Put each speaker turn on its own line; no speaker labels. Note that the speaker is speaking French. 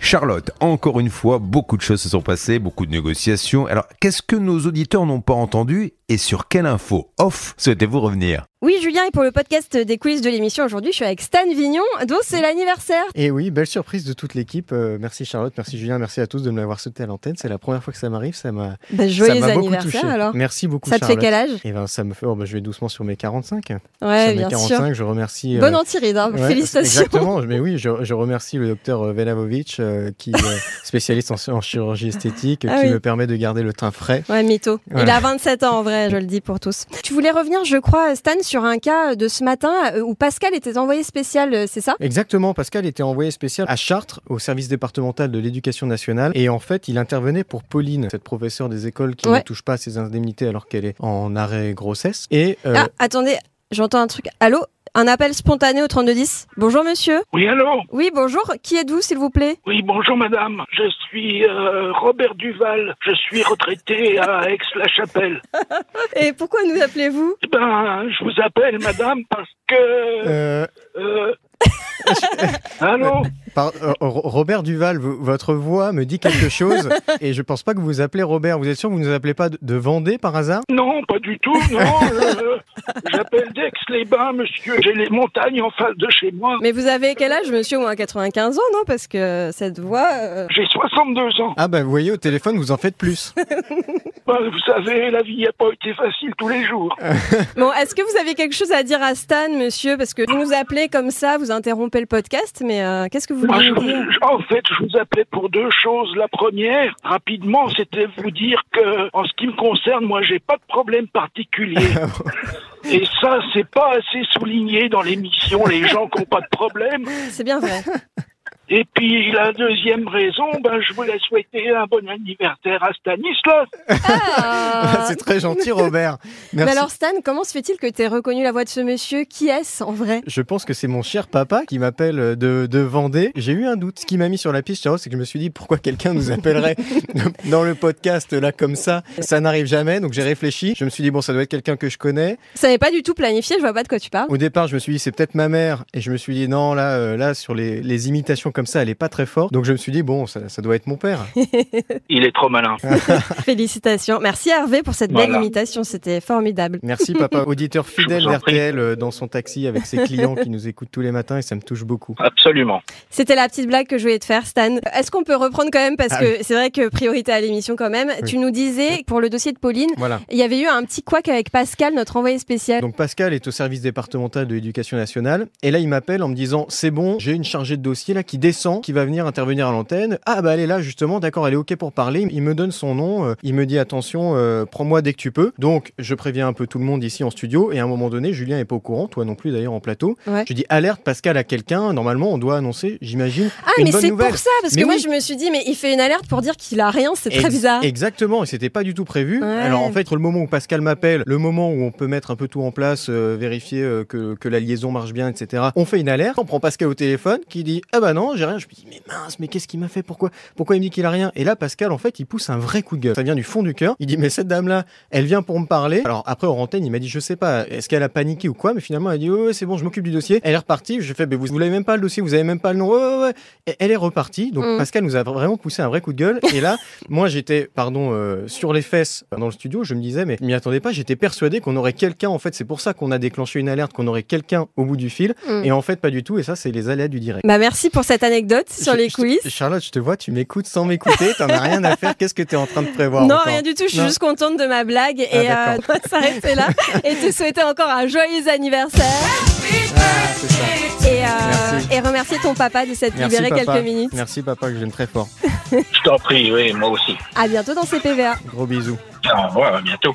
Charlotte, encore une fois, beaucoup de choses se sont passées, beaucoup de négociations. Alors, qu'est-ce que nos auditeurs n'ont pas entendu et sur quelle info off souhaitez-vous revenir
Oui, Julien, et pour le podcast des coulisses de l'émission aujourd'hui, je suis avec Stan Vignon, dont c'est l'anniversaire.
Et oui, belle surprise de toute l'équipe. Euh, merci Charlotte, merci Julien, merci à tous de me l'avoir sauté à l'antenne. C'est la première fois que ça m'arrive, ça m'a
Bah,
ça
joyeux
m'a beaucoup touché.
anniversaire alors.
Merci beaucoup
Ça te fait
Charlotte.
quel âge
Eh ben, ça me fait oh, bah, je vais doucement sur mes 45.
Ouais,
sur mes
bien sûr.
45, je remercie euh,
Bonne antiride, hein,
ouais,
félicitations.
Exactement, mais oui, je, je remercie le docteur euh, Velavovic euh, qui est spécialiste en, en chirurgie esthétique
Ah
qui
oui.
me permet de garder le teint frais.
Ouais, mytho. Il
Voilà.
a 27 ans en vrai, je le dis pour tous. Tu voulais revenir, je crois, Stan, sur un cas de ce matin euh, où Pascal était envoyé spécial, euh, c'est ça
Exactement, Pascal était envoyé spécial à Chartres, au service départemental de l'éducation nationale, et en fait, il intervenait pour Pauline, cette professeure des écoles qui
Ouais.
ne touche pas ses indemnités alors qu'elle est en arrêt grossesse. Et euh,
Ah, attendez, j'entends un truc. Allô Un appel spontané au 3210. Bonjour monsieur.
Oui, allô
Oui, bonjour. Qui êtes-vous, s'il vous plaît
Oui, bonjour madame. Je suis euh, Robert Duval. Je suis retraité à Aix-la-Chapelle.
Et pourquoi nous appelez-vous
Eh Ben, je vous appelle madame parce que...
euh,
euh, allô
par- euh, Ro- Robert Duval, v- votre voix me dit quelque chose, et je pense pas que vous vous appelez Robert. Vous êtes sûr que vous ne nous appelez pas de- de Vendée par hasard
Non, pas du tout, non. euh, J'appelle d'Aix-les-Bains, monsieur. J'ai les montagnes en face de chez moi.
Mais vous avez quel âge, monsieur Au moins 95 ans, non Parce que cette voix. euh,
J'ai 62 ans.
Ah bah vous voyez, au téléphone, vous en faites plus.
Ben, vous savez, la vie n'a pas été facile tous les jours.
Bon, est-ce que vous avez quelque chose à dire à Stan, monsieur Parce que vous nous appelez comme ça, vous interrompez le podcast, mais euh, qu'est-ce que vous
Moi,
voulez
je-
nous dire
je- en fait, je vous appelais pour deux choses. La première, rapidement, c'était vous dire que, en ce qui me concerne, moi, j'ai pas de problème particulier. Et ça, c'est pas assez souligné dans l'émission, les gens qui ont pas de problème.
C'est bien vrai.
Et puis, la deuxième raison, ben, je voulais souhaiter un bon anniversaire à Stanislas.
Ah.
C'est très gentil, Robert.
mais
Merci.
alors, Stan, comment se fait-il que tu aies reconnu la voix de ce monsieur Qui est-ce en vrai
Je pense que c'est mon cher papa qui m'appelle euh, de, de Vendée. J'ai eu un doute. Ce qui m'a mis sur la piste, Charles, c'est que je me suis dit pourquoi quelqu'un nous appellerait dans le podcast là comme ça. Ça n'arrive jamais. Donc j'ai réfléchi. Je me suis dit bon, ça doit être quelqu'un que je connais.
Ça n'est pas du tout planifié, je vois pas de quoi tu parles.
Au départ, je me suis dit c'est peut-être ma mère. Et je me suis dit non, là, euh, là sur les, les imitations comme ça, elle est pas très forte. Donc je me suis dit bon, ça, ça doit être mon père.
Il est trop malin.
Félicitations. Merci Hervé pour cette belle
Voilà.
imitation, c'était formidable.
Merci papa, auditeur fidèle
Je vous en prie.
d'RTL euh, dans son taxi avec ses clients qui nous écoutent tous les matins et ça me touche beaucoup.
Absolument.
C'était la petite blague que je voulais te faire, Stan. Est-ce qu'on peut reprendre quand même Parce
Ah
que c'est vrai que priorité à l'émission quand même.
Oui.
Tu nous disais, pour le dossier de Pauline,
Voilà.
il y avait eu un petit couac avec Pascal, notre envoyé spécial.
Donc Pascal est au service départemental de l'éducation nationale et là il m'appelle en me disant c'est bon j'ai une chargée de dossier là qui descend qui va venir intervenir à l'antenne ah bah elle est là justement d'accord elle est ok pour parler il me donne son nom euh, il me dit attention euh, prends-moi dès que tu peux donc je préviens un peu tout le monde ici en studio et à un moment donné Julien est pas au courant toi non plus d'ailleurs en plateau
Ouais.
je dis alerte Pascal à quelqu'un normalement on doit annoncer j'imagine
Ah,
une
mais
bonne
c'est
nouvelle.
pour ça, parce
Mais
que moi
oui.
je me suis dit, mais il fait une alerte pour dire qu'il a rien, c'est très
Ex-
bizarre.
Exactement, et c'était pas du tout prévu.
Ouais.
Alors en fait, entre le moment où Pascal m'appelle, le moment où on peut mettre un peu tout en place, euh, vérifier euh, que, que la liaison marche bien, etc. On fait une alerte, on prend Pascal au téléphone qui dit ah bah non j'ai rien. Je me dis mais mince, mais qu'est-ce qu'il m'a fait Pourquoi Pourquoi il me dit qu'il a rien Et là Pascal en fait il pousse un vrai coup de gueule. Ça vient du fond du cœur. Il dit mais cette dame là, elle vient pour me parler. Alors après en antenne il m'a dit je sais pas, est-ce qu'elle a paniqué ou quoi Mais finalement elle a dit ouais, ouais, c'est bon je m'occupe du dossier. Elle est repartie. Je fais mais vous, vous l'avez même pas le dossier, vous avez même pas le nom. Ouais, ouais, ouais. Et elle est repartie. Donc
Mm.
Pascal nous a vraiment poussé un vrai coup de gueule. Et là moi, j'étais, pardon, euh, sur les fesses dans le studio. Je me disais, mais je m'y attendais pas. J'étais persuadé qu'on aurait quelqu'un. En fait, c'est pour ça qu'on a déclenché une alerte, qu'on aurait quelqu'un au bout du fil.
Mm.
Et en fait, pas du tout. Et ça, c'est les aléas du direct.
Bah merci pour cette anecdote sur
Je-
les
je te-
coulisses.
Charlotte, je te vois, tu m'écoutes sans m'écouter. T'en as rien à faire. Qu'est-ce que t'es en train de prévoir
non,
encore
rien du tout, je suis
Non.
juste contente de ma blague et
Ah,
euh, on va s'arrêter là et te souhaiter encore un joyeux anniversaire
Ah, c'est ça.
et, euh,
Merci.
et remercier ton papa de s'être
Merci,
libéré
papa.
quelques minutes.
Merci, papa, que j'aime très fort.
Je t'en prie, oui, moi aussi.
À bientôt dans CPVA.
Gros bisous.
Au revoir, à bientôt.